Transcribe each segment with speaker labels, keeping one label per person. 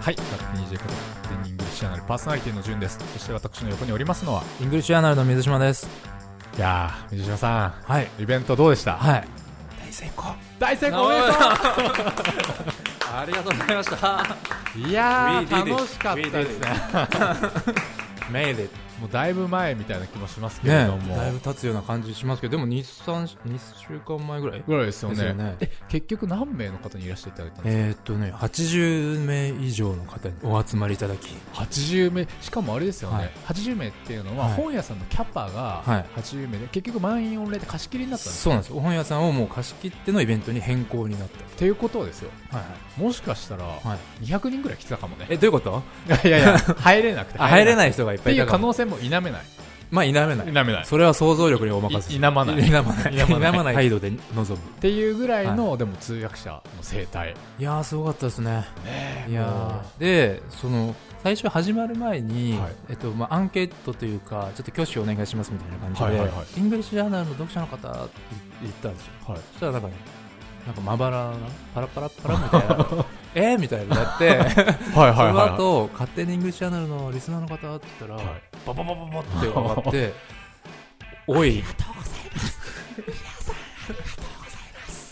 Speaker 1: はい、120こと、デンイングリッシュアナルパーソナリティの順です。そして私の横におりますのは、
Speaker 2: イングリッシュアナルの水島です。
Speaker 1: いやー、水島さ
Speaker 2: はい。
Speaker 1: ん、イベントどうでした
Speaker 2: はい。大成功。
Speaker 1: 大成功おめでと
Speaker 2: ありがとうございました。
Speaker 1: ういや
Speaker 2: We
Speaker 1: ー、
Speaker 2: did it.
Speaker 1: 楽しかったですね。
Speaker 2: メイ デ
Speaker 1: もうだいぶ前みたいな気もしますけれ
Speaker 2: ね
Speaker 1: ども、
Speaker 2: だいぶ経つような感じしますけど、でも2、3、2週間前ぐらい
Speaker 1: ぐらいですよ
Speaker 2: で
Speaker 1: ね
Speaker 2: すよね。
Speaker 1: え、結局何名の方にいらしていただいたんですか
Speaker 2: えー、っとね、80名以上の方にお集まりいただき、
Speaker 1: 80名しかもあれですよね、
Speaker 2: はい
Speaker 1: 80名っていうのは
Speaker 2: はい
Speaker 1: 本屋さんのキャパが
Speaker 2: はい
Speaker 1: 80名で、結局満員御礼で貸し切りになったんです
Speaker 2: そうなんですよ。本屋さんをもう貸し切ってのイベントに変更になっ
Speaker 1: っていうことはですよ
Speaker 2: た。はい
Speaker 1: もしかしたら
Speaker 2: はい。はい、
Speaker 1: 200人ぐらい来てたかもね
Speaker 2: え、どういうこと
Speaker 1: いやいや入れなくて
Speaker 2: あ入れ
Speaker 1: いっ
Speaker 2: ない人がいっぱ
Speaker 1: て
Speaker 2: いい
Speaker 1: いう
Speaker 2: たか
Speaker 1: 可
Speaker 2: も。
Speaker 1: 能性も否めない
Speaker 2: まあ、否めない。
Speaker 1: めないっ
Speaker 2: それは想像力にお任せ
Speaker 1: い否まない
Speaker 2: 否まない。
Speaker 1: 否
Speaker 2: 否
Speaker 1: まない
Speaker 2: まない態度で臨む。
Speaker 1: ていうぐらいの、でも通訳者の生態
Speaker 2: いやーすごかったですね
Speaker 1: ね
Speaker 2: いやーでその最初始まる前に、
Speaker 1: はい
Speaker 2: えっとまあ、アンケートというかちょっと挙手お願いしますみたいな感じで、
Speaker 1: はいはいは
Speaker 2: イングリッシュジャーナルの読者の方って言ったんですよ
Speaker 1: はい
Speaker 2: そしたらなんかねなんかまばらなパラパラパラみたい なえーみたいになってそ
Speaker 1: はいはい
Speaker 2: の
Speaker 1: は
Speaker 2: 後勝手にイングリッシュジャーナルのリスナーの方って言ったら、
Speaker 1: いはい
Speaker 2: バババババって上が って「おい」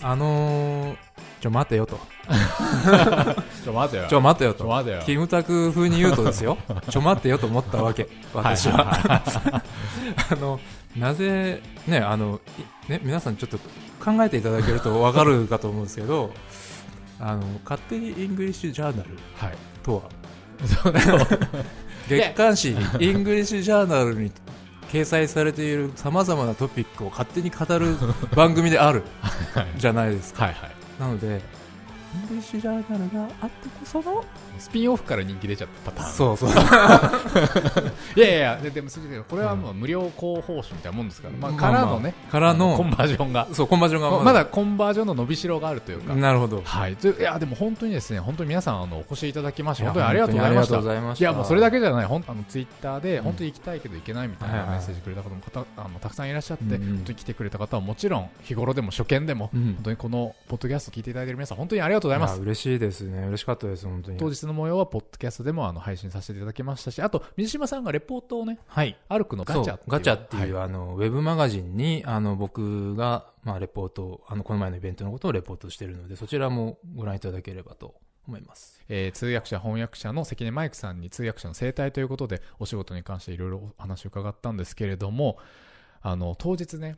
Speaker 2: あのー、ちょ待てよと
Speaker 1: ちょ待てよ
Speaker 2: ちょ待てよ
Speaker 1: ちょ
Speaker 2: と
Speaker 1: 待てよ
Speaker 2: キムタク風に言うとで すよちょ待ってよと思ったわけ私は、あのなぜねあのいね皆さんちょっと考えていただけるとわかるかと思うんですけど あの勝手にイングリッシュジャーナル
Speaker 1: はいはい
Speaker 2: とは
Speaker 1: そうだよ
Speaker 2: 月刊誌「イングリッシュジャーナル」に掲載されているさまざまなトピックを勝手に語る番組である
Speaker 1: い
Speaker 2: じゃないですか
Speaker 1: はいはい
Speaker 2: なのでイングリッシュジャーナルがあってこその
Speaker 1: スピンオフから人気出ちゃったパターン
Speaker 2: そうそう
Speaker 1: いやいやででもそれでこれはもう無料広報誌みたいなもんですから、まあ、からのね、
Speaker 2: から
Speaker 1: コン
Speaker 2: の
Speaker 1: バージョンが
Speaker 2: そうコンバージョンが
Speaker 1: まだコンバージョンの伸びしろがあるというか、
Speaker 2: なるほど
Speaker 1: はい、といやでも本当にですね本当に皆さんあのお越しいただきまして
Speaker 2: いや
Speaker 1: 本当にありがとうございました
Speaker 2: 本当にありがとうございまし
Speaker 1: い
Speaker 2: た
Speaker 1: やもうそれだけじゃないほんあのツイッターで
Speaker 2: うん
Speaker 1: 本当に行きたいけど行けないみたい
Speaker 2: はい
Speaker 1: な
Speaker 2: はい
Speaker 1: メッセージくれた方も方あのたくさんいらっしゃって、
Speaker 2: うんうん
Speaker 1: 本当に来てくれた方はもちろん日頃でも初見でも、
Speaker 2: うん
Speaker 1: 本当にこのポッドキャスト聞いていただいている皆さん本当にありがとうございま
Speaker 2: い
Speaker 1: す
Speaker 2: や嬉しいですね嬉しかったです本当に
Speaker 1: 当日の模様はポッドキャストでもあの配信させていただきましたしあと水島さんがレポートをね
Speaker 2: はい
Speaker 1: 歩くのガ
Speaker 2: ガ
Speaker 1: チ
Speaker 2: チ
Speaker 1: ャ
Speaker 2: ャ
Speaker 1: っていう
Speaker 2: ガチャっていう、
Speaker 1: は
Speaker 2: あのウェブマガジンにあの僕が、まあ、レポートをあのこの前のイベントのことをレポートしているのでそちらもご覧いただければと思います
Speaker 1: えー通訳者翻訳者の関根マイクさんに通訳者の生態ということでお仕事に関していろいろお話を伺ったんですけれどもあの当日ね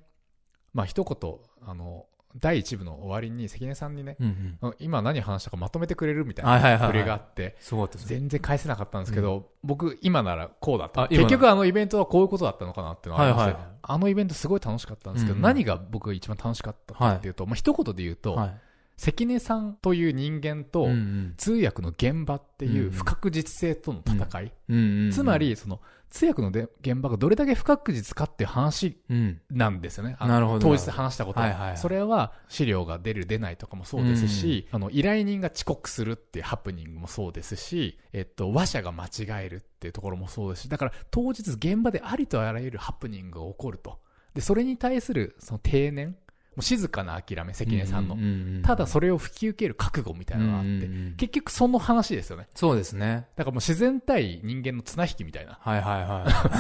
Speaker 1: まあ一言あの第1部の終わりに関根さんにね、
Speaker 2: うんうん
Speaker 1: 今何話したかまとめてくれるみたい
Speaker 2: はいはい
Speaker 1: な
Speaker 2: はいはい
Speaker 1: 振りがあって
Speaker 2: すごかったですね
Speaker 1: 全然返せなかったんですけど、僕今ならこうだった
Speaker 2: あ今な
Speaker 1: 結
Speaker 2: ら
Speaker 1: 局あのイベントはこういうことだったのかなっていうのがありまして、
Speaker 2: はいはいはい
Speaker 1: あのイベントすごい楽しかったんですけど、
Speaker 2: うんうん
Speaker 1: 何が僕一番楽しかったかっていうと、まあ一言で言うと、
Speaker 2: はい
Speaker 1: 関根さんという人間と、
Speaker 2: うんうん
Speaker 1: 通訳の現場ってい
Speaker 2: うん
Speaker 1: う不確実性との戦い、
Speaker 2: うんうん
Speaker 1: つまりその通訳ので現場がどれだけ不確実かっていう話
Speaker 2: うん
Speaker 1: なんですよねあの
Speaker 2: なるほど
Speaker 1: 当日話したことは、
Speaker 2: はいはいはい
Speaker 1: それは資料が出る出ないとかもそうですし、あの依頼人が遅刻するっていうハプニングもそうですし、えっと、話者が間違えるっていうところもそうですしだから当日現場でありとあらゆるハプニングが起こるとでそれに対するその定年もう静かな諦め関根さんの、
Speaker 2: うううん
Speaker 1: ただそれを吹き受ける覚悟みたいなのがあって、
Speaker 2: うんうんうん
Speaker 1: 結局その話ですよね。
Speaker 2: そうですね。
Speaker 1: だからもう自然対人間の綱引きみたいな
Speaker 2: はいはい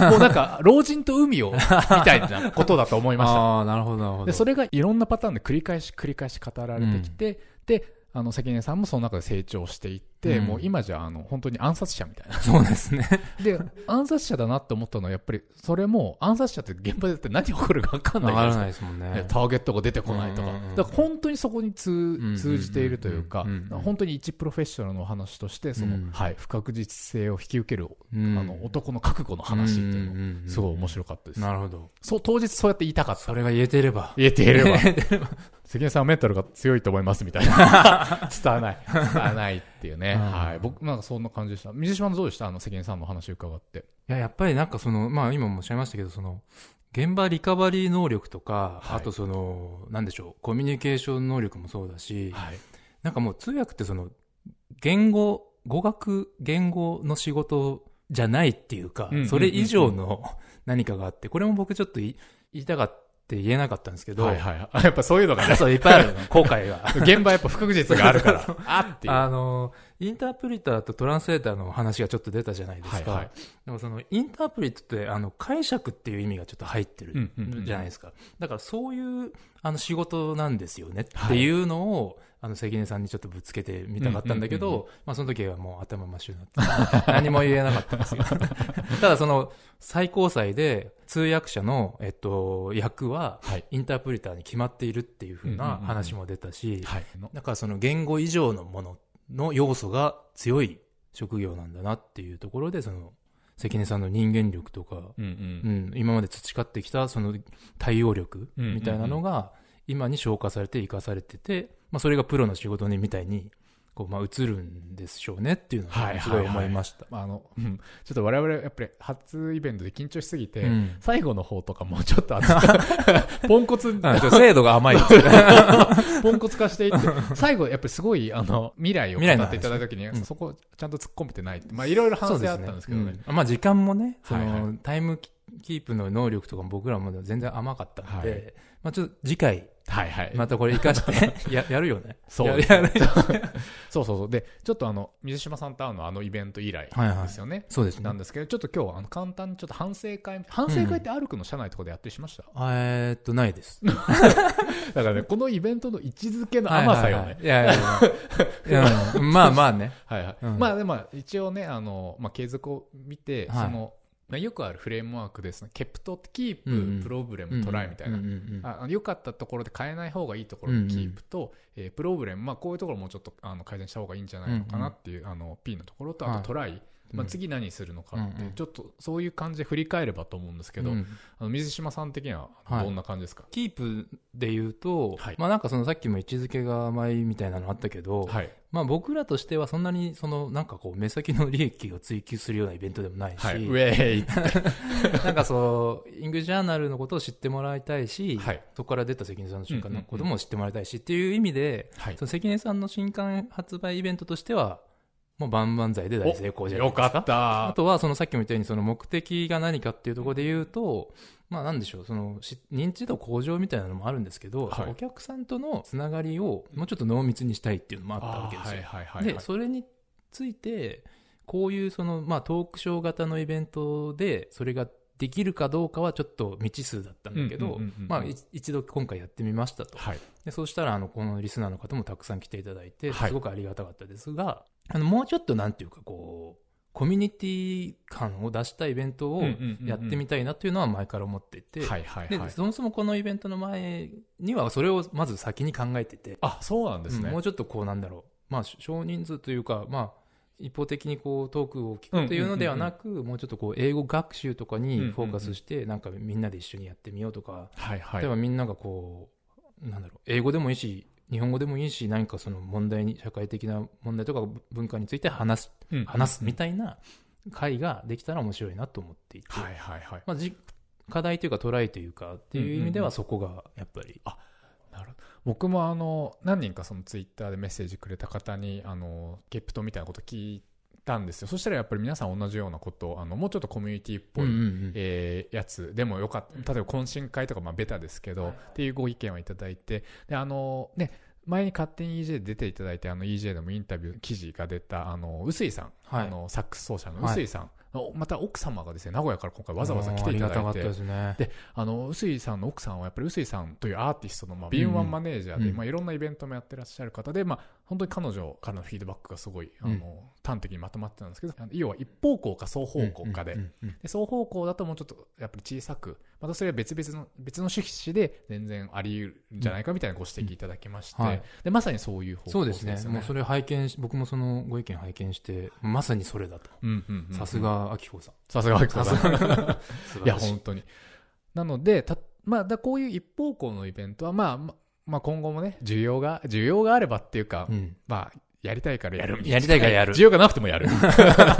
Speaker 2: はい
Speaker 1: もうなんか、老人と海を、みたいなことだと思いました。
Speaker 2: ああなるほどなるほど
Speaker 1: で、それがいろんなパターンで繰り返し繰り返し語られてきて、で、あの、関根さんもその中で成長していって、
Speaker 2: うん
Speaker 1: もう今じゃ、あの、本当に暗殺者みたいな。
Speaker 2: そうですね
Speaker 1: で、暗殺者だなって思ったのは、やっぱり、それも、暗殺者って現場でって何起こるか分かんな
Speaker 2: わ
Speaker 1: いじゃ
Speaker 2: か
Speaker 1: ないで
Speaker 2: ら
Speaker 1: す
Speaker 2: ない
Speaker 1: か。
Speaker 2: ですもん
Speaker 1: ね
Speaker 2: ね
Speaker 1: ターゲットが出てこないとか
Speaker 2: うんうんう、ん
Speaker 1: だから本当にそこに通
Speaker 2: うん
Speaker 1: 通じているというか
Speaker 2: うんうんうん、
Speaker 1: 本当に一プロフェッショナルの話として、その
Speaker 2: うん、
Speaker 1: はい、不確実性を引き受ける
Speaker 2: うん
Speaker 1: あの男の覚悟の話っていうの
Speaker 2: んんんん
Speaker 1: すごい面白かったです。
Speaker 2: なるほど
Speaker 1: そう当日そうやって言いたかった。
Speaker 2: それが言えていれば、
Speaker 1: 言えていれば
Speaker 2: 言えてれば
Speaker 1: 関根さんはメンタルが強いと思いますみたいな。 伝わない。伝わないっていうね。
Speaker 2: うん
Speaker 1: はい。僕、なんかそんな感じでした。水島のどうでしたあの関根さんの話伺って。
Speaker 2: いや、やっぱりなんかその、まあ今もおっしゃいましたけど、その、現場リカバリー能力とか、
Speaker 1: はい
Speaker 2: あとその、なんでしょう、コミュニケーション能力もそうだし、
Speaker 1: はい。
Speaker 2: なんかもう通訳ってその、言語、語学、言語の仕事じゃないっていうか
Speaker 1: うんうんうんうん、
Speaker 2: それ以上の 何かがあって、これも僕ちょっとい言いたかって言えなかったんですけど、
Speaker 1: はいはい。 あやっぱそういうのがね、
Speaker 2: そういっぱいあるの、後悔が。
Speaker 1: 現場やっぱ不確実があるから。あっていう。
Speaker 2: あの、インタープリターとトランスレーターの話がちょっと出たじゃないですか。
Speaker 1: はいはい
Speaker 2: でもそのインタープリットってあの解釈っていう意味がちょっと入ってる
Speaker 1: うんうんうん
Speaker 2: じゃないですか。だからそういうあの仕事なんですよねっていうのを、あの関根さんにちょっとぶつけてみたかったんだけど、
Speaker 1: うんうんう
Speaker 2: まあその時はもう頭真っ白にな って、何も言えなかったんですよ。ただその最高裁で通訳者の、えっと、役は
Speaker 1: はい
Speaker 2: インタープリターに決まっているっていう
Speaker 1: う
Speaker 2: 風
Speaker 1: んうん
Speaker 2: な
Speaker 1: うんうん
Speaker 2: 話も出たし、
Speaker 1: はいの
Speaker 2: だからその言語以上のものの要素が強い職業なんだなっていうところでその関根さんの人間力とか、
Speaker 1: うんう
Speaker 2: うんん、今まで培ってきたその対応力
Speaker 1: うんうんうん
Speaker 2: みたいなのが今に消化されて生かされてて、まあ、それがプロの仕事にみたいにこう、まあ、移るんでしょうねっていうの
Speaker 1: はいはいは
Speaker 2: は
Speaker 1: い
Speaker 2: すごい思いました。
Speaker 1: まああのうんちょっと我々やっぱり初イベントで緊張しすぎて、
Speaker 2: うん
Speaker 1: 最後の方とかもちょっとあの ポンコツ
Speaker 2: うんちょっと精度が甘いです よね
Speaker 1: ポンコツ化していって、最後、やっぱりすごい、あの、未来を語っていただいたときに、
Speaker 2: うん
Speaker 1: そこ、ちゃんと突っ込めてないって、まあ、いろいろ反省あったんですけどね。
Speaker 2: うんまあ時間もね、そ
Speaker 1: はいは
Speaker 2: のタイムキープの能力とかも僕らも全然甘かったんで、
Speaker 1: はい
Speaker 2: まあちょっと次回、
Speaker 1: はいはい。
Speaker 2: またこれ生かして や、やるよね。
Speaker 1: そう
Speaker 2: や
Speaker 1: です
Speaker 2: やる
Speaker 1: そうそうそう。で、ちょっとあの、水島さんと会うのはあのイベント以来
Speaker 2: はいはい
Speaker 1: ですよね。
Speaker 2: そうですね
Speaker 1: なん。ですけど、ちょっと今日、あの、簡単にちょっと反省会、反省会って歩くの社内とかでやってしました。
Speaker 2: えーっと、ないです。
Speaker 1: だからね、このイベントの位置づけの甘さよね。
Speaker 2: はいはいはい。いやいやいや うんまあまあね。
Speaker 1: はいはい。
Speaker 2: うん
Speaker 1: まあでも、一応ね、あの、まあ、継続を見て、
Speaker 2: はい
Speaker 1: その、まあ、よくあるフレームワークですね。ケプトってキープ、
Speaker 2: うんうん
Speaker 1: プロブレム、トライみたいな
Speaker 2: うん。うんうん
Speaker 1: ああの良かったところで変えない方がいいところ
Speaker 2: うんう
Speaker 1: の
Speaker 2: ん
Speaker 1: キープと、えープロブレム、まあ、こういうところもちょっとあの改善した方がいいんじゃないのかなっていう、あの P のところとあ
Speaker 2: は
Speaker 1: と
Speaker 2: い
Speaker 1: トライ、ま
Speaker 2: う
Speaker 1: あ、
Speaker 2: ん
Speaker 1: 次何するのかって、
Speaker 2: うんうん
Speaker 1: ちょっとそういう感じで振り返ればと思うんですけど、
Speaker 2: うん
Speaker 1: あの水島さん的には
Speaker 2: はい
Speaker 1: どんな感じですか、
Speaker 2: キープで言うと、
Speaker 1: はい
Speaker 2: まあなんかそのさっきも位置づけが甘いみたいなのあったけど、
Speaker 1: はい
Speaker 2: まあ僕らとしてはそんなにそのなんかこう目先の利益を追求するようなイベントでもないし、
Speaker 1: はいウェーイ
Speaker 2: なんかそう、イングジャーナルのことを知ってもらいたいし、
Speaker 1: はい
Speaker 2: そこから出た関根さんの瞬間のことも知ってもらいたいしっていう意味で、
Speaker 1: はい
Speaker 2: その関根さんの新刊発売イベントとしては、もう万々歳で大成功じゃない
Speaker 1: よ
Speaker 2: ですか。
Speaker 1: かった
Speaker 2: あとは、そのさっきも言ったように、その目的が何かっていうところで言うと、まあなんでしょう、そのし認知度向上みたいなのもあるんですけど、
Speaker 1: はい
Speaker 2: お客さんとのつながりをもうちょっと濃密にしたいっていうのもあったわけですよ。
Speaker 1: あーはいはいはい
Speaker 2: で
Speaker 1: はい
Speaker 2: それについてこういうその、まあ、トークショー型のイベントでそれができるかどうかはちょっと未知数だったんだけ
Speaker 1: う
Speaker 2: ど
Speaker 1: んうんうんうん
Speaker 2: まあい一度今回やってみましたと
Speaker 1: はい
Speaker 2: でそうしたらあのこのリスナーの方もたくさん来ていただいて
Speaker 1: はい
Speaker 2: すごくありがたかったですが、あのもうちょっとなんていうかこうコミュニティ感を出したイベントをやってみたいなというのは前から思っていて、
Speaker 1: はいはい
Speaker 2: で
Speaker 1: はい
Speaker 2: そもそもこのイベントの前にはそれをまず先に考えてて
Speaker 1: あそうなんですね、
Speaker 2: うんもうちょっとこうなんだろう、まあ、し少人数というか、まあ、一方的にこうトークを聞くというのではなく、もうちょっとこう英語学習とか
Speaker 1: うんうんう
Speaker 2: に
Speaker 1: ん
Speaker 2: フォーカスして、なんかみんなで一緒にやってみようとか、
Speaker 1: はいはい
Speaker 2: 例えばみんながこう、なんだろう、英語でもいいし、日本語でもいいし、何かその問題に、社会的な問題とか文化について話す、
Speaker 1: うん
Speaker 2: 話すみたいな会ができたら面白いなと思っていて、
Speaker 1: はいはいはい
Speaker 2: まあ、じ課題というかトライというかっていう意味ではそこがやっぱり、
Speaker 1: なるほど僕もあの何人かそのツイッターでメッセージくれた方にあのケプトみたいなこと聞いたんですよそしたらやっぱり皆さん同じようなことをあのもうちょっとコミュニティっぽい、
Speaker 2: うんうんうん
Speaker 1: えーやつでもよかった例えば懇親会とかまあベタですけど、っていうご意見をいただいてであのね前に勝手に EJ で出ていただいてあの EJ でもインタビュー記事が出たあの臼井さん、
Speaker 2: はい
Speaker 1: あのサックス奏者の
Speaker 2: はい
Speaker 1: 臼井さん、のまた奥様がですね名古屋から今回わざわざ来ていた
Speaker 2: ありがたか
Speaker 1: だ
Speaker 2: っ
Speaker 1: い
Speaker 2: た
Speaker 1: て
Speaker 2: ですね。
Speaker 1: であの臼井さんの奥さんはやっぱり臼井さんというアーティストの、まあ、敏腕マネージャーで、
Speaker 2: うん
Speaker 1: まあ、いろんなイベントもやってらっしゃる方で、まあ、本当に彼女からのフィードバックがすごいあの、
Speaker 2: うん
Speaker 1: 端的にまとまってたんですけどあの要は一方向か双方向かで,、
Speaker 2: うんうんうん
Speaker 1: で双方向だともうちょっとやっぱり小さくまたそれは別々の別の種子で全然あり得るんじゃないかみたいなご指摘いただきまして、
Speaker 2: うんはい
Speaker 1: でまさにそういう方
Speaker 2: そ
Speaker 1: 向
Speaker 2: う
Speaker 1: 性
Speaker 2: ですね
Speaker 1: よ
Speaker 2: もうそれ拝見し僕もそのご意見拝見してまさにそれだと
Speaker 1: うんうんうん
Speaker 2: さすがあきこさん
Speaker 1: さすが秋田さん
Speaker 2: 素晴
Speaker 1: いや、
Speaker 2: らしい
Speaker 1: 本当に。なので、たまあ、だこういう一方向のイベントは、まあ、ままあ、今後もね、需要が、需要があればっていうか、
Speaker 2: うん
Speaker 1: まあ、やりたいからやる。
Speaker 2: やりたいからやる
Speaker 1: 需要がなくても やる。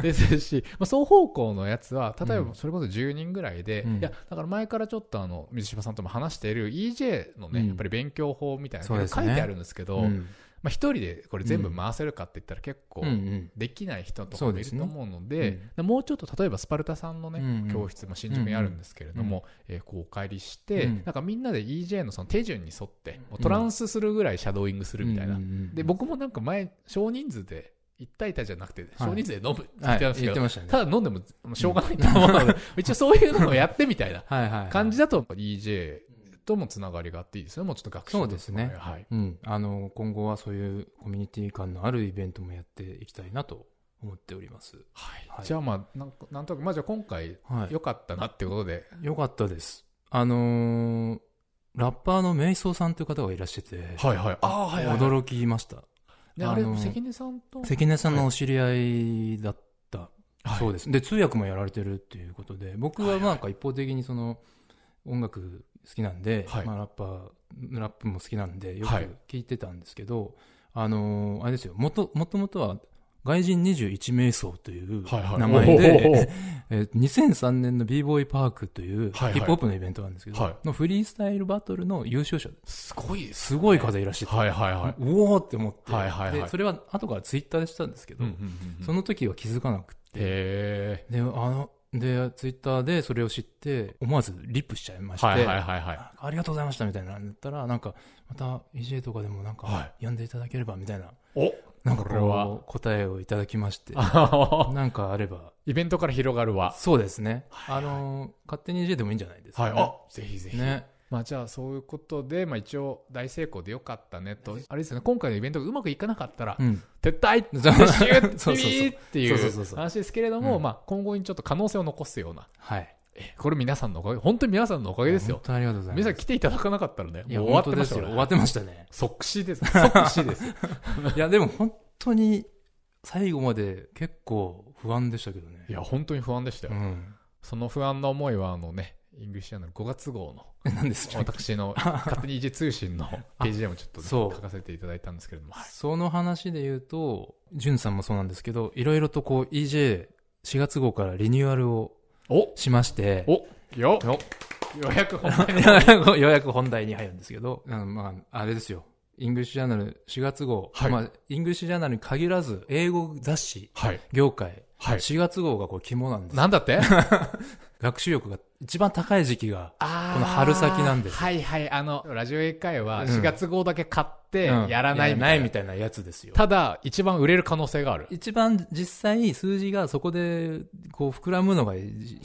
Speaker 1: ですし、まあ、双方向のやつは、例え
Speaker 2: う
Speaker 1: ば
Speaker 2: ん
Speaker 1: それこそ10人ぐらいで、
Speaker 2: うん
Speaker 1: いや、だから前からちょっとあの、水島さんとも話している EJ のね、
Speaker 2: うん
Speaker 1: やっぱり勉強法みたいな
Speaker 2: そう
Speaker 1: のが
Speaker 2: です
Speaker 1: 書
Speaker 2: ね
Speaker 1: いてあるんですけど、
Speaker 2: うん
Speaker 1: まあ、一人でこれ全部回せるかって言ったら結構
Speaker 2: うんうん
Speaker 1: できない人とか
Speaker 2: そ
Speaker 1: も
Speaker 2: う
Speaker 1: い
Speaker 2: で
Speaker 1: る
Speaker 2: す
Speaker 1: と
Speaker 2: ね
Speaker 1: 思うのでもうちょっと例えばスパルタさんのね、
Speaker 2: うんうん
Speaker 1: 教室も新宿にあるんですけれども、えーこうお借りして、
Speaker 2: うん
Speaker 1: なんかみんなで EJ のその手順に沿ってもう
Speaker 2: うん
Speaker 1: トランスするぐらいシャドーイングするみたいな、
Speaker 2: うんうんうん
Speaker 1: で僕もなんか前少人数で1対1じゃなくて少人数で飲むって言
Speaker 2: は
Speaker 1: っ
Speaker 2: い
Speaker 1: てましたけ
Speaker 2: 言
Speaker 1: ど、
Speaker 2: ってましたね
Speaker 1: ただ飲んでももうしょうがないと思う ので、一応そういうのをやってみたいな
Speaker 2: はいはいはい
Speaker 1: 感じだと EJ ともつながりがあっていいですよねもうちょっと学習
Speaker 2: そうですね
Speaker 1: はい
Speaker 2: うん、あの今後はそういうコミュニティ感のあるイベントもやっていきたいなと思っております。
Speaker 1: はい
Speaker 2: はい
Speaker 1: じゃあまあなんかなんとなくまあじゃあ今回
Speaker 2: は
Speaker 1: 良かったなってことで、
Speaker 2: い、よかったです。あのーラッパーの瞑想さんという方がいらっしゃって、
Speaker 1: はいはいああはいはい、はい
Speaker 2: 驚きました。
Speaker 1: ね、あれ
Speaker 2: あの
Speaker 1: 関根さんと
Speaker 2: 関根さんのお知り合いだった、
Speaker 1: はい
Speaker 2: そうです。で、通訳もやられてるっていうことで、僕はなんか一方的にその音楽好きなんで、
Speaker 1: はい
Speaker 2: まあ、ラッパー、ラップも好きなんで、よく
Speaker 1: はい
Speaker 2: 聞いてたんですけど、あのーあれですよ、もと、もともとは、外人21名相という
Speaker 1: はいはい
Speaker 2: 名前で、
Speaker 1: おおおお
Speaker 2: えー2003年の b ボーイパークというヒ
Speaker 1: はいはい
Speaker 2: ップホップのイベントなんですけど、
Speaker 1: はい
Speaker 2: のフリースタイルバトルの優勝者です
Speaker 1: ごいです
Speaker 2: すごい方いらっしゃって、
Speaker 1: はいはいはいう
Speaker 2: おーって思って、
Speaker 1: はいはいはい
Speaker 2: でそれは後からツイッターでしたんですけど、
Speaker 1: うんうんうん
Speaker 2: その時は気づかなくて、
Speaker 1: へ
Speaker 2: で、あの、で、ツイッターでそれを知って、思わずリップしちゃいま
Speaker 1: え
Speaker 2: して、
Speaker 1: はいはいはいはい
Speaker 2: ありがとうございましたみたいなの言ったら、なんか、また EJ とかでもな
Speaker 1: は
Speaker 2: んか、呼んでいただければみたいな、
Speaker 1: お
Speaker 2: なんか
Speaker 1: これは
Speaker 2: こう、答えをいただきまして、
Speaker 1: あ
Speaker 2: なんかあれば、
Speaker 1: イベントから広がるわ
Speaker 2: そうですね。
Speaker 1: はいはい
Speaker 2: あの、勝手に EJ でもいいんじゃないです
Speaker 1: は
Speaker 2: か、
Speaker 1: い
Speaker 2: ね。
Speaker 1: あぜひぜひ
Speaker 2: ね。
Speaker 1: まあじゃあそういうことで、まあ、一応大成功でよかったねとあれですよね今回のイベントがうまくいかなかったら、
Speaker 2: うん。
Speaker 1: 撤退撤
Speaker 2: そ
Speaker 1: 収
Speaker 2: うそうそう
Speaker 1: ピーってい
Speaker 2: そうそうそう
Speaker 1: う
Speaker 2: そう
Speaker 1: 話ですけれども、
Speaker 2: うん
Speaker 1: まあ、今後にちょっと可能性を残すような
Speaker 2: はい。
Speaker 1: これ皆さんのおかげ本当に皆さんのおか
Speaker 2: こ
Speaker 1: げですよ
Speaker 2: 本当にありがとうございます。
Speaker 1: 皆さん来ていただかなかったらね
Speaker 2: い
Speaker 1: も
Speaker 2: や、
Speaker 1: う
Speaker 2: 終
Speaker 1: 終わ
Speaker 2: わっ
Speaker 1: ってて
Speaker 2: ま
Speaker 1: ま
Speaker 2: し
Speaker 1: したた
Speaker 2: よ。
Speaker 1: よ
Speaker 2: 終わってましたね。
Speaker 1: 即死 です即死です
Speaker 2: いや、でも本当に、最後まで結構不安でしたけどね。
Speaker 1: いや本当に不安でしたよ、
Speaker 2: うん。
Speaker 1: その不安な思いはあのねイングリッシュチャンネル5月号の
Speaker 2: 何ですか
Speaker 1: 私の勝手に EJ 通信 のページでもちょっとね、
Speaker 2: そ
Speaker 1: 書
Speaker 2: う
Speaker 1: かせていただいたんですけれども、はい
Speaker 2: その話で言うと、ジュンさんもそうなんですけど、いろいろとこう EJ4 月号からリニューアルを
Speaker 1: お
Speaker 2: しまして、
Speaker 1: およようやく本題
Speaker 2: ようやく本題に入るんですけど、あのまあ、あれですよ。イングリッシュジャーナル4月号。
Speaker 1: はい
Speaker 2: まあ、イングリッシュジャーナルに限らず、英語雑誌
Speaker 1: はい
Speaker 2: 業界、
Speaker 1: はい
Speaker 2: 4月号がこう肝なんです。
Speaker 1: なんだ って
Speaker 2: 学習欲が一番高い時期が、
Speaker 1: こ
Speaker 2: この春先なんですよ
Speaker 1: はいはい。あの、ラジオ英会話
Speaker 2: うん
Speaker 1: 4月号だけ買って、
Speaker 2: うん
Speaker 1: やらないみたいな。
Speaker 2: たいなやつですよ。
Speaker 1: ただ、一番売れる可能性がある。
Speaker 2: 一番実際数字がそこでこう膨らむのが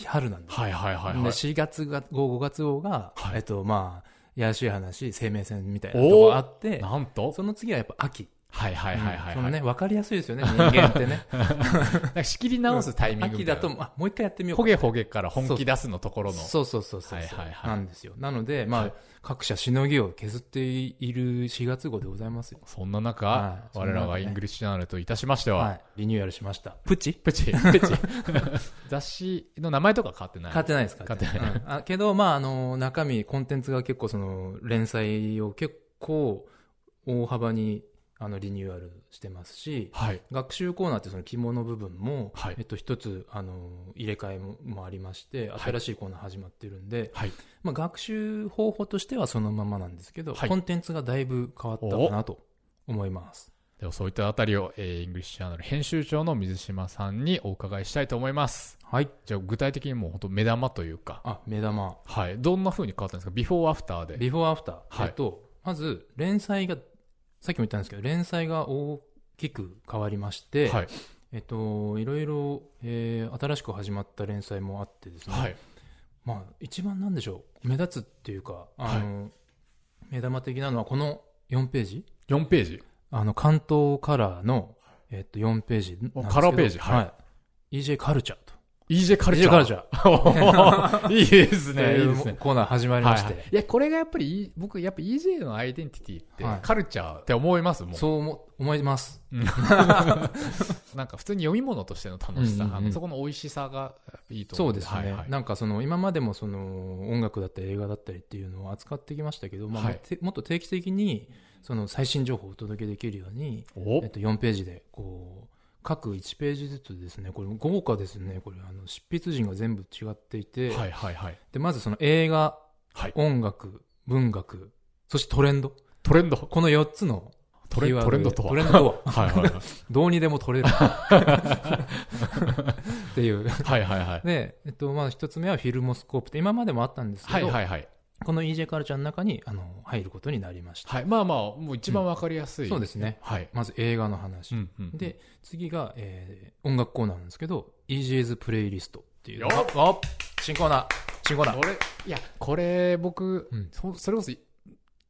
Speaker 2: 春なんですよ
Speaker 1: はいはいはい
Speaker 2: で
Speaker 1: はい。
Speaker 2: 4月が5月号が、
Speaker 1: はい
Speaker 2: えっとまあやらしい話生命線みたいなとこがあって
Speaker 1: なんと
Speaker 2: その次はやっぱ秋
Speaker 1: はいはいはいはい
Speaker 2: そ
Speaker 1: は
Speaker 2: の
Speaker 1: い。
Speaker 2: ね分かりやすいですよね人間 ってね
Speaker 1: なんか仕切り直すタイミング
Speaker 2: 秋
Speaker 1: みたい
Speaker 2: だ
Speaker 1: な。
Speaker 2: とあもう一回やってみよう
Speaker 1: ほ
Speaker 2: か
Speaker 1: げほげから本気出すのところの。
Speaker 2: そうそうそうそう、
Speaker 1: はいはいはい
Speaker 2: なんですよなのでまあ、
Speaker 1: はい
Speaker 2: 各社しのぎを削っている4月号でございますよ
Speaker 1: そんな中、
Speaker 2: はいそ
Speaker 1: 我
Speaker 2: んな中ね
Speaker 1: らがイングリッシュチャンネルといたしましては、
Speaker 2: はいリニューアルしましたプチ
Speaker 1: プチ、プチ。雑誌の名前とか変わってない。
Speaker 2: 買ってないですか
Speaker 1: 買ってない
Speaker 2: うんあけど、まあ、あの、中身、コンテンツが結構、その、連載を結構、大幅に、あの、リニューアルしてますし、
Speaker 1: はい。
Speaker 2: 学習コーナーってその肝の部分も、
Speaker 1: はい
Speaker 2: えっと、一つ、あの、入れ替えももありまして、
Speaker 1: い
Speaker 2: 新しいコーナー始まってるんで、
Speaker 1: はい。
Speaker 2: まあ、学習方法としてはそのままなんですけど、
Speaker 1: はい
Speaker 2: コンテンツがだいぶ変わったかなと思います。
Speaker 1: ではそういったあたりを、えーイングリッシュチャンネル編集長の水島さんにお伺いしたいと思います。
Speaker 2: はい。
Speaker 1: じゃあ具体的にもう本当目玉というか、
Speaker 2: あ、目玉。
Speaker 1: はい。どんな風に変わったんですかビフォーアフターで。
Speaker 2: ビフォーアフター。
Speaker 1: はい
Speaker 2: えっと、まず、連載が、さっきも言ったんですけど、連載が大きく変わりまして、
Speaker 1: はい。
Speaker 2: えっと、いろいろ、えー新しく始まった連載もあってですね、
Speaker 1: はい。
Speaker 2: まあ、一番なんでしょう、目立つっていうか、あの、目玉的なのは、この4ページ、
Speaker 1: 4ページ。
Speaker 2: あの、関東カラーの、えっと、4ページなんですけど。
Speaker 1: カラーページはい
Speaker 2: い。EJ カルチャーと。
Speaker 1: EJ カルチャー。
Speaker 2: EJ カルチャー。
Speaker 1: おー いいですね。いいですね。
Speaker 2: コーナー始まりまして。
Speaker 1: はいはいいや、これがやっぱりいい、僕、やっぱ EJ のアイデンティティって
Speaker 2: はい、
Speaker 1: カルチャーって思います、も
Speaker 2: そう思思います。
Speaker 1: う。なんか普通に読み物としての楽しさ、
Speaker 2: うんうんうん
Speaker 1: あのそこの美味しさがいいと
Speaker 2: そ
Speaker 1: 思
Speaker 2: う
Speaker 1: うの。
Speaker 2: ですね、
Speaker 1: はいはい
Speaker 2: なんかその今までもその音楽だったり映画だったりっていうのを扱ってきましたけど、まあ
Speaker 1: はい
Speaker 2: てもっと定期的にその最新情報をお届けできるように、
Speaker 1: お
Speaker 2: えっと、4ページでこう各1ページずつですねこれ豪華ですねこれあの執筆陣が全部違っていて、
Speaker 1: はいはいはい。
Speaker 2: でまずその映画、
Speaker 1: はい
Speaker 2: 音楽文学そしてトレンド
Speaker 1: トレンド。
Speaker 2: この4つの
Speaker 1: トレ
Speaker 2: キーワー
Speaker 1: トレンドとは。
Speaker 2: トレンドとは。
Speaker 1: はいはい
Speaker 2: どうにでも取れる。っていう。
Speaker 1: はい。 はいはいはい。
Speaker 2: で、えっと、まあ、一つ目はフィルモスコープって、今までもあったんですけど、
Speaker 1: はいはいはい。
Speaker 2: この EJ カルチャーの中に、あの、入ることになりました。
Speaker 1: はい、まあまあ、もう一番わかりやすい。
Speaker 2: そうですね。
Speaker 1: はい。
Speaker 2: まず映画の話。
Speaker 1: うんうん、
Speaker 2: で、次が、えー音楽コーナーなんですけど、EJ's プレイリストっていう。
Speaker 1: よっ
Speaker 2: お新コーナー新コーナー
Speaker 1: これ、いや、これ、僕、
Speaker 2: うん
Speaker 1: そそれこそい、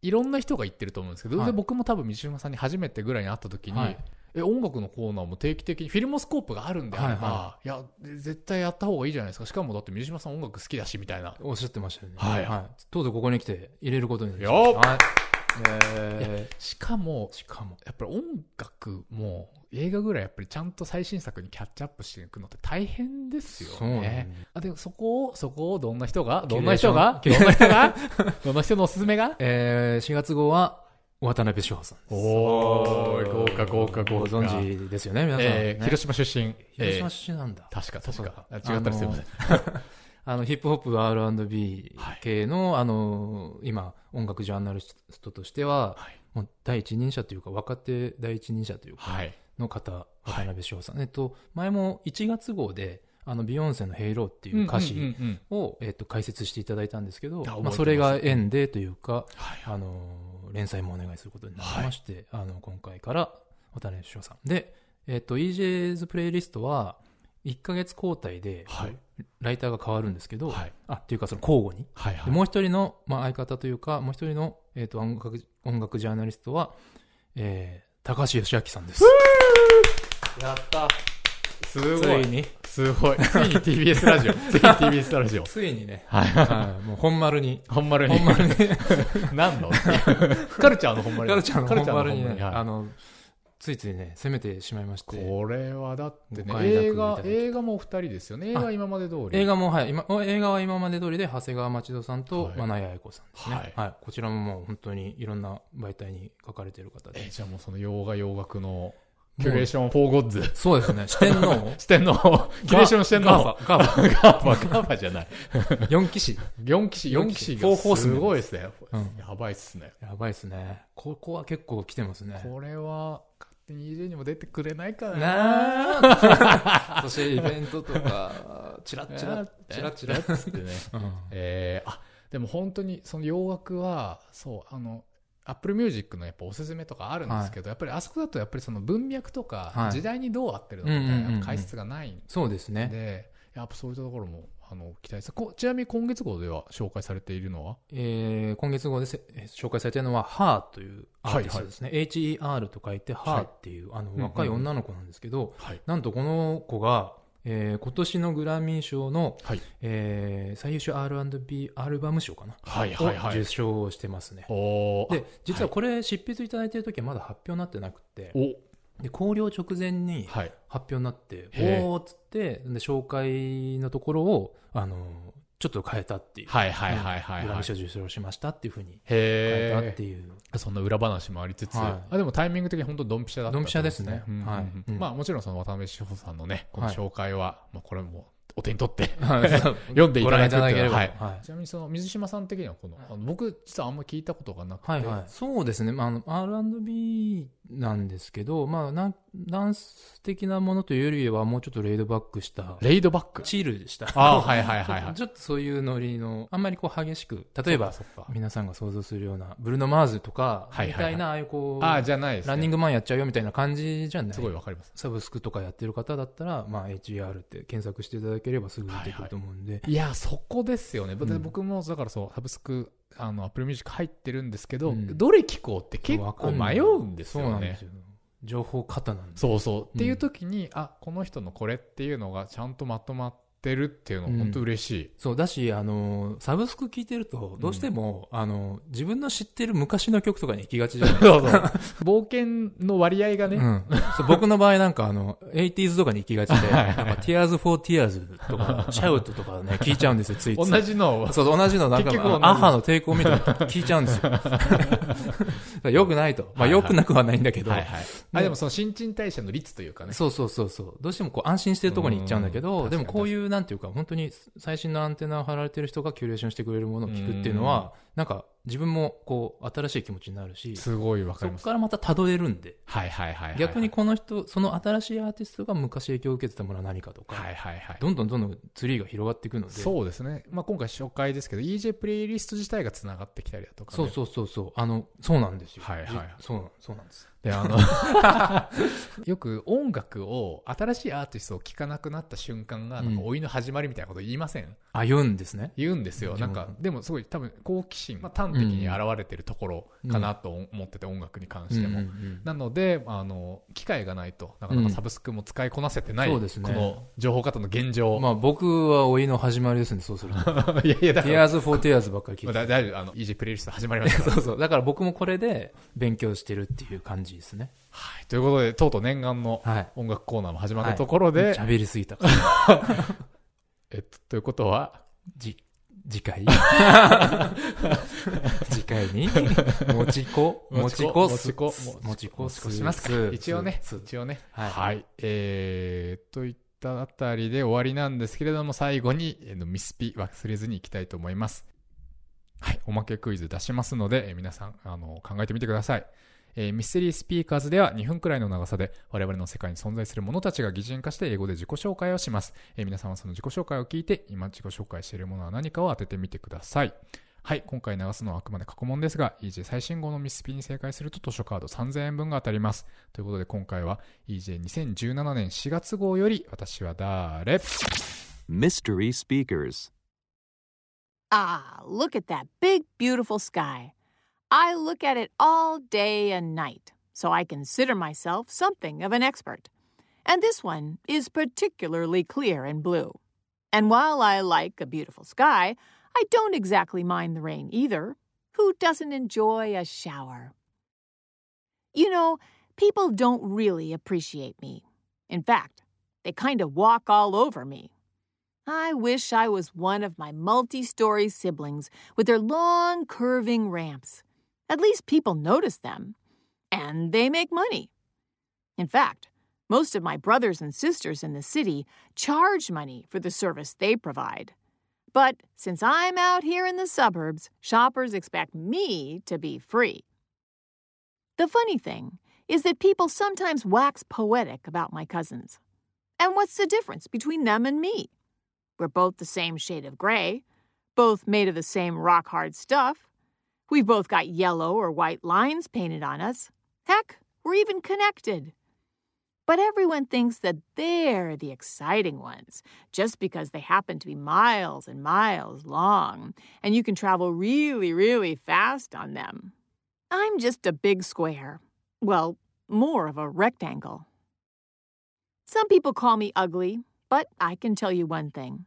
Speaker 1: いろんな人が言ってると思うんですけど、
Speaker 2: はい
Speaker 1: で僕も多分、三島さんに初めてぐらいに会った時に、
Speaker 2: はい
Speaker 1: え、音楽のコーナーも定期的に、フィルモスコープがあるんであれば、、
Speaker 2: はい
Speaker 1: や、絶対やった方がいいじゃないですか。しかも、だって三島さん音楽好きだし、みたいな。
Speaker 2: おっしゃってましたよね。
Speaker 1: はい
Speaker 2: とうとうここに来て入れることになりま
Speaker 1: よっ
Speaker 2: した。はい
Speaker 1: い
Speaker 2: え
Speaker 1: しかも
Speaker 2: ー、、しかも。
Speaker 1: やっぱり音楽も映画ぐらいやっぱりちゃんと最新作にキャッチアップしていくのって大変ですよ
Speaker 2: そう
Speaker 1: ね
Speaker 2: ね。
Speaker 1: あでそこを、そこをどんな人が、
Speaker 2: キ
Speaker 1: どん
Speaker 2: ュレ
Speaker 1: な
Speaker 2: ーショ
Speaker 1: 人
Speaker 2: ン
Speaker 1: が、どんな人が、 どんな人のおすすめが
Speaker 2: えー、4月号は、渡辺志保さんです。
Speaker 1: おー豪華豪華豪華
Speaker 2: ご存知ですよね、皆さん。
Speaker 1: えー
Speaker 2: ね
Speaker 1: 広島出身。
Speaker 2: 広
Speaker 1: え
Speaker 2: 島
Speaker 1: ー
Speaker 2: 出身なんだ。
Speaker 1: 確か、確
Speaker 2: そう
Speaker 1: か
Speaker 2: か。
Speaker 1: あ違ったらすいません。
Speaker 2: あの、ヒップホップ R&B
Speaker 1: はい
Speaker 2: 系の、あの、今、音楽ジャーナリストとしては、
Speaker 1: はい
Speaker 2: もう第一人者というか、若手第一人者というか、
Speaker 1: はい。
Speaker 2: の方、
Speaker 1: い
Speaker 2: 渡辺翔さん。えっと、前も1月号で、あの、ビヨンセのヘイローっていう歌
Speaker 1: うんうん
Speaker 2: 詞
Speaker 1: うんうん
Speaker 2: を、えっと、解説していただいたんですけど、
Speaker 1: あ覚えて
Speaker 2: ま
Speaker 1: ま
Speaker 2: あ、
Speaker 1: す
Speaker 2: それが縁でというか、
Speaker 1: はい
Speaker 2: あの、連載もお願いすることになりまして、あの、今回から渡辺翔さん。で、えっと、EJ's プレイリストは、1ヶ月交代で、
Speaker 1: はい。
Speaker 2: ライターが変わるんですけど、
Speaker 1: はい。
Speaker 2: あ、っていうかその交互に。
Speaker 1: はい。
Speaker 2: でもう一人の、まあ、相方というか、もう一人の、えー、と音楽音楽ジャーナリストは、えー、高橋義明さんです。
Speaker 1: やった。す
Speaker 2: つ
Speaker 1: ごい
Speaker 2: い。に、
Speaker 1: すごい。ついに TBS ラ ジオ。ついに TBS ラジオ。
Speaker 2: ついにね、
Speaker 1: はい。
Speaker 2: はいもう本丸に、
Speaker 1: 本丸に
Speaker 2: 本。丸に、
Speaker 1: 何のっていうカルチャーの本丸に
Speaker 2: カルチャーの本丸に
Speaker 1: カルチャーの本丸
Speaker 2: ね、
Speaker 1: にはい
Speaker 2: あの、ついついね、攻めてしまいまして、
Speaker 1: これはだってね
Speaker 2: ご、快諾
Speaker 1: 映
Speaker 2: いた
Speaker 1: 画
Speaker 2: だ、き
Speaker 1: 映画もお二人ですよね。映画は今まで通り。
Speaker 2: 映画も、はい、今、映画は今まで通りで、長谷川町戸さんと、
Speaker 1: はい
Speaker 2: まあ、ナヤ愛子さんですね、
Speaker 1: はい
Speaker 2: はい。こちらももう本当にいろんな媒体に書かれている方
Speaker 1: え
Speaker 2: で。
Speaker 1: じゃあもうその洋画洋楽の
Speaker 2: う
Speaker 1: キュレーションフォーゴッズ
Speaker 2: そうですね、四 天王
Speaker 1: 視 点のキュレーション視点
Speaker 2: ガーフ
Speaker 1: の
Speaker 2: ァ、ガーフ
Speaker 1: ガーファガーファじゃない
Speaker 2: ァ、四騎士。
Speaker 1: 四騎士四
Speaker 2: 四
Speaker 1: 騎
Speaker 2: 騎
Speaker 1: 士
Speaker 2: 士
Speaker 1: が
Speaker 2: フォーホース
Speaker 1: す
Speaker 2: メン
Speaker 1: ごいですね
Speaker 2: うん
Speaker 1: やばいっすね
Speaker 2: やばいですね。ここは結構来てますね。
Speaker 1: これは勝手に EJ にも出てくれないかな
Speaker 2: なあそしてイベントと か、チラッチラッ、チラッチラッ。
Speaker 1: ッつってねえーあでも本当にその洋楽はそうあのアップルミュージックのやっぱおすすめとかあるんですけど、やっぱりあそこだとやっぱりその文脈とか
Speaker 2: はい
Speaker 1: 時代にどう合ってるのかみたい
Speaker 2: うんうんうんう
Speaker 1: なん解説がないん
Speaker 2: そうですね。
Speaker 1: で、やっぱそういったところもあの期待してこちなみに今月号では紹介されているのは
Speaker 2: えー今月号でせえー紹介されてるのは、ハーというアーティストですね。HER と書いて、ハーっていう、あ
Speaker 1: うんうん
Speaker 2: の、若い女の子なんですけど、
Speaker 1: はい
Speaker 2: なんとこの子が、えー今年のグラミー賞の、
Speaker 1: はい
Speaker 2: えー最優秀 R&B アルバム賞かな。
Speaker 1: はいはいは
Speaker 2: を
Speaker 1: い
Speaker 2: 受賞してますね。
Speaker 1: おー
Speaker 2: で、実はこれ、執筆いただいてる時はまだ発表になってなくて、
Speaker 1: お
Speaker 2: で、考慮直前に、
Speaker 1: はい
Speaker 2: 発表になって、
Speaker 1: へえ
Speaker 2: おーっつって、で紹介のところを、あの、ちょっと変えたっていう。
Speaker 1: はいはいはいはい
Speaker 2: グラ
Speaker 1: はい
Speaker 2: ミー賞受賞しましたっていうふうに変えたっ
Speaker 1: へ
Speaker 2: て いう。
Speaker 1: えそんな裏話もありつつ、
Speaker 2: はい
Speaker 1: あでもタイミング的に本当ドンピシャだった
Speaker 2: ドンピシャですね
Speaker 1: うんうんうん
Speaker 2: はいうん
Speaker 1: まあもちろんその渡辺志保さんのねこの
Speaker 2: はい
Speaker 1: 紹介は、まあ、これもお手に取って
Speaker 2: 読
Speaker 1: 読んでいただくっていうのは
Speaker 2: れ
Speaker 1: は
Speaker 2: ば。はいい。
Speaker 1: ちなみにその水島さん的にはこのあの僕実はあんま聞いたことがなくて、
Speaker 2: はいはいそうですね。まああの、R&B なんですけど、まあなん、ダンス的なものというよりは、もうちょっとレイドバックした、
Speaker 1: レイドバッ ク
Speaker 2: チールした。
Speaker 1: あーはいはいはいはい
Speaker 2: ちょっとそういうノリの、あんまりこう激しく、例えば、
Speaker 1: そっかそっか
Speaker 2: 皆さんが想像するような、ブルーノ・マーズとか、
Speaker 1: はいはいはい
Speaker 2: みたいな、ああいうこう、
Speaker 1: ああじゃないです、ね、
Speaker 2: ランニングマンやっちゃうよみたいな感じじゃない
Speaker 1: すごいわかります
Speaker 2: サブスクとかやってる方だったら、まあ、HER って検索していただければすぐ出てくると思うんで、
Speaker 1: いや、そこですよね。だって
Speaker 2: うん
Speaker 1: 僕も、だからそう、サブスク、あの、アップルミュージック入ってるんですけど、
Speaker 2: うん
Speaker 1: どれ聞こうって結構迷うんです
Speaker 2: そう
Speaker 1: よ
Speaker 2: なんで
Speaker 1: ね
Speaker 2: す。よ。情報型なんです。
Speaker 1: そうそう。っていう時に、あ、この人のこれっていうのがちゃんとまとまってるっていうの、
Speaker 2: うん
Speaker 1: 本当嬉しい。
Speaker 2: そう、だし、あの、サブスク聞いてると、どうしても、あの、自分の知ってる昔の曲とかに行きがちじゃないですか。
Speaker 1: そうそう。冒険の割合がね、
Speaker 2: うん、そう僕の場合なんかあの、80s とかに行きがちで、
Speaker 1: はい
Speaker 2: なんか Tears for Tears とか、 シャウトとかね、聞いちゃうんですよ、ついつい。
Speaker 1: 同じのを、
Speaker 2: そう、同じの、なんか、
Speaker 1: 結局同じ
Speaker 2: アハの抵抗みたいなの聞いちゃうんですよ。だから良くないと。ま
Speaker 1: は
Speaker 2: あ、
Speaker 1: いはい
Speaker 2: 良くなくはないんだけど、
Speaker 1: はいはい。あ、でもその新陳代謝の率というかね。
Speaker 2: そうそうそうそう。どうしてもこう安心してるところに行っちゃうんだけ
Speaker 1: う
Speaker 2: ど、
Speaker 1: ん
Speaker 2: でもこういう、なんていうか、本当に最新のアンテナを張られてる人がキュレーションしてくれるものを聞くっていうの
Speaker 1: うん
Speaker 2: は、なんか、自分もこう新しい気持ちになるしそ
Speaker 1: すごいわかり
Speaker 2: こ
Speaker 1: ます。
Speaker 2: からまたたどれるんで
Speaker 1: はいはいはいはいはい。
Speaker 2: 逆にこの人その新しいアーティストが昔影響を受けてたものは何かとか、
Speaker 1: はいはいはい。
Speaker 2: どんどんどんどんツリーが広がっていくので
Speaker 1: そうですね。まあ、今回紹介ですけど、EJ プレイリスト自体がつながってきたりだとか、ね。
Speaker 2: そうそうそうそうあのそうなんですよ
Speaker 1: はいはいはい
Speaker 2: じそうなんそうなんです
Speaker 1: で、あの、 よく音楽を、新しいアーティストを聴かなくなった瞬間が、なんか
Speaker 2: うん
Speaker 1: 老いの始まりみたいなこと言いません、
Speaker 2: 歩んですね
Speaker 1: 言うんですよ。
Speaker 2: うん
Speaker 1: なんか、でもすごい多分好奇心、まあ、端的に現れてるところかなと思ってて、音楽に関しても。
Speaker 2: うんうんうん
Speaker 1: なので、あの、機会がないと、なかなかサブスクも使いこなせてない、
Speaker 2: うんそうですね
Speaker 1: この情報型の現状。
Speaker 2: まあ僕は老いの始まりですね、そうする と。
Speaker 1: いやいや、だから、
Speaker 2: Tears for Tears ばっかり聞い
Speaker 1: まあ
Speaker 2: て
Speaker 1: だ大丈夫、あの、イージープレイリスト始まりま したから
Speaker 2: た。そうそう。だから僕もこれで勉強してるっていう感じですね。
Speaker 1: はい。ということで、とうとう念願の
Speaker 2: はい。
Speaker 1: 音楽コーナーも始まったところで、
Speaker 2: 喋りすぎたから。
Speaker 1: えっと、ということは、
Speaker 2: じ、次 回次回 に、もちこ、もちこ、
Speaker 1: もちこ
Speaker 2: もちこ、
Speaker 1: もちこしますか。一応ね、
Speaker 2: す
Speaker 1: 一応ね。
Speaker 2: はい
Speaker 1: えー、といったあたりで終わりなんですけれども、最後に、えーのミスピ忘れずにいきたいと思います。はい。おまけクイズ出しますので、えー皆さん、あの、考えてみてください。えーミステリースピーカーズでは2分くらいの長さで我々の世界に存在する者たちが擬人化して英語で自己紹介をします。えー皆さんはその自己紹介を聞いて今自己紹介しているものは何かを当ててみてください。はい、今回流すのはあくまで過去問ですが、EJ 最新号のミスピに正解すると図書カード3000円分が当たります。ということで今回は EJ2017 年4月号より私は誰
Speaker 3: Mystery Speakers.
Speaker 4: Ah, look at that big, beautiful sky. I look at it all day and night, so I consider myself something of an expert. And this one is particularly clear and blue. And while I like a beautiful sky, I don't exactly mind the rain either. Who doesn't enjoy a shower? You know, people don't really appreciate me. In fact, they kind of walk all over me. I wish I was one of my multi story siblings with their long curving ramps. At least people notice them. And they make money. In fact, most of my brothers and sisters in the city charge money for the service they provide. But since I'm out here in the suburbs, shoppers expect me to be free. The funny thing is that people sometimes wax poetic about my cousins. And what's the difference between them and me? We're both the same shade of gray, both made of the same rock hard stuff. We've both got yellow or white lines painted on us. Heck, we're even connected. But everyone thinks that they're the exciting ones just because they happen to be miles and miles long, and you can travel really, really fast on them. I'm just a big square. Well, more of a rectangle. Some people call me ugly, but I can tell you one thing.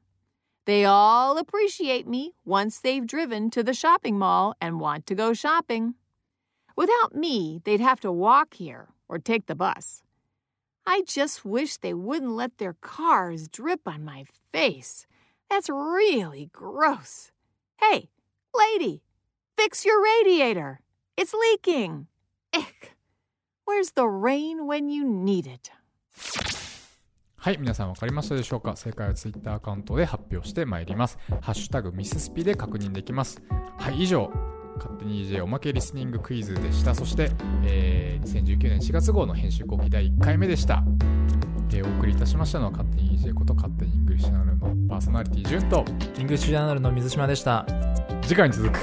Speaker 4: They all appreciate me once they've driven to the shopping mall and want to go shopping. Without me, they'd have to walk here or take the bus. I just wish they wouldn't let their cars drip on my face. That's really gross. Hey, lady, fix your radiator. It's leaking. Ick. Where's the rain when you need it?
Speaker 1: はい、皆さん分かりましたでしょうか正解は Twitter アカウントで発表してまいります。ハッシュタグミススピで確認できます。はい、以上、勝手に EJ おまけリスニングクイズでした。そして、えー2019年4月号の編集後期第1回目でした。えーお送りいたしましたのは勝手に EJ こと勝手にイングリッシュナルのパーソナリティ順と
Speaker 2: イングリッシュジャーナルの水島でした。
Speaker 1: 次回に続く。